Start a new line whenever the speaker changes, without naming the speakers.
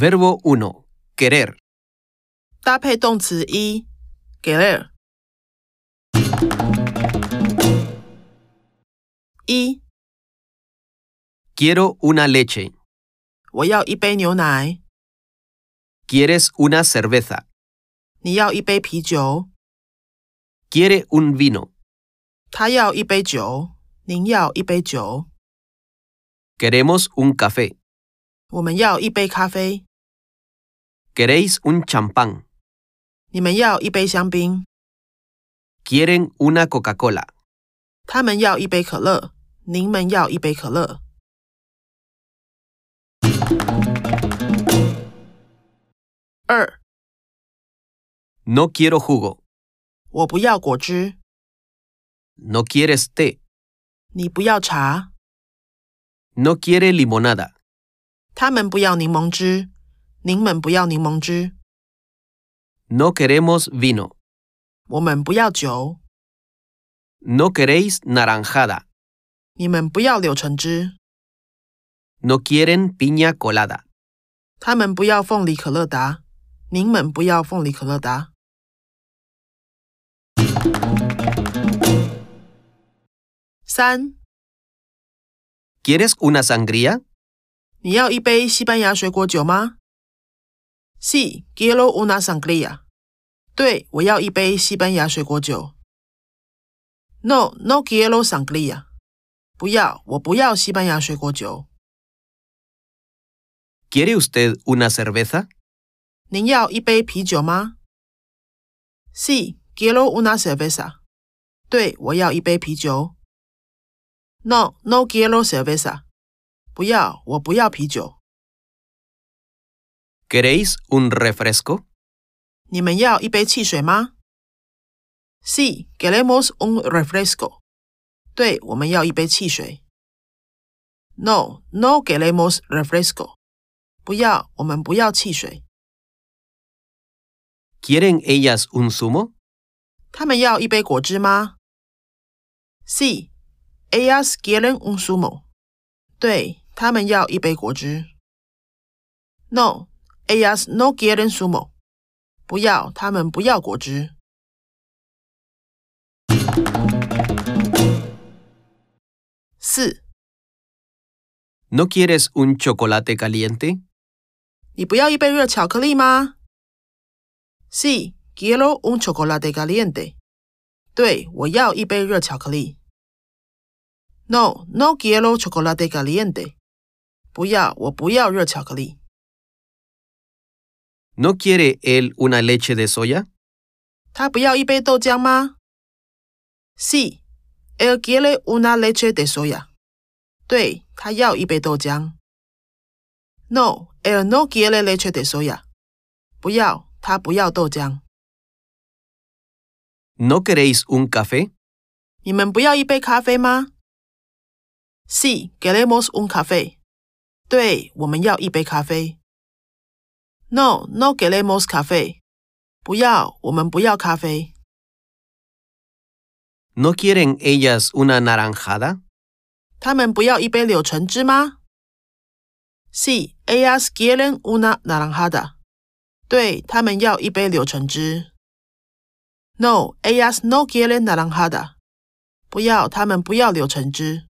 Verbo 1. Querer.
搭配动词一 querer。一，
Quiero una leche.
我要一杯牛奶，
Quieres una cerveza.
你要一杯啤酒，
Quiere un vino.
他要一杯酒，您要一杯酒，
Queremos un café.
我们要一杯咖啡，
Queréis un champán.
你们要一杯香槟，
Quieren una Coca-Cola.
他们要一杯可乐，您们要一杯可乐。二，
No quiero jugo.
我不要果汁，
No quieres té.
你不要茶，
No quiere limonada.
他们不要柠檬汁，您们不要柠檬汁，
No queremos vino.
我们不要酒，
No queréis naranjada.
你们不要柳橙汁，
No quieren piña colada.
他们不要凤梨可乐达，您们不要凤梨可乐达。三，
¿Quieres una sangría?
你要一杯西班牙水果酒吗？Sí, quiero una sangría。对，我要一杯西班牙水果酒。No, no quiero sangría。不要，我不要西班牙水果酒。
¿Quiere usted una cerveza?
您要一杯啤酒吗？Sí, quiero una cerveza。对，我要一杯啤酒。No, no quiero cerveza。不要，我不要啤酒。
¿Queréis un refresco?
你们要一杯汽水吗？Sí, queremos un refresco。对，我们要一杯汽水。No, no queremos refresco。不要，我们不要汽水。
¿Quieren ellas un zumo?
他们要一杯果汁吗？Sí, ellas quieren un zumo。对，他们要一杯果汁。No, ellas no quieren zumo。不要，他们不要果汁。四，
¿No quieres un chocolate caliente?
你不要一杯热巧克力吗？Sí, quiero un chocolate caliente。对，我要一杯热巧克力。No, no quiero chocolate caliente。不要，我不要热巧克力。
¿No quiere él una leche de soya?
他不要一杯豆浆吗？Sí, él quiere una leche de soya。对，他要一杯豆浆。No, él no quiere leche de soya。不要，他不要豆浆。
¿No queréis un café?
你们不要一杯咖啡吗？Sí, queremos un café。对，我们要一杯咖啡。No, no queremos café。不要，我们不要咖啡。
¿No quieren ellas una naranjada?
他们不要一杯柳橙汁吗？Sí, ellas quieren una naranjada。对，他们要一杯柳橙汁。No, ellas no quieren naranjada。不要，他们不要柳橙汁。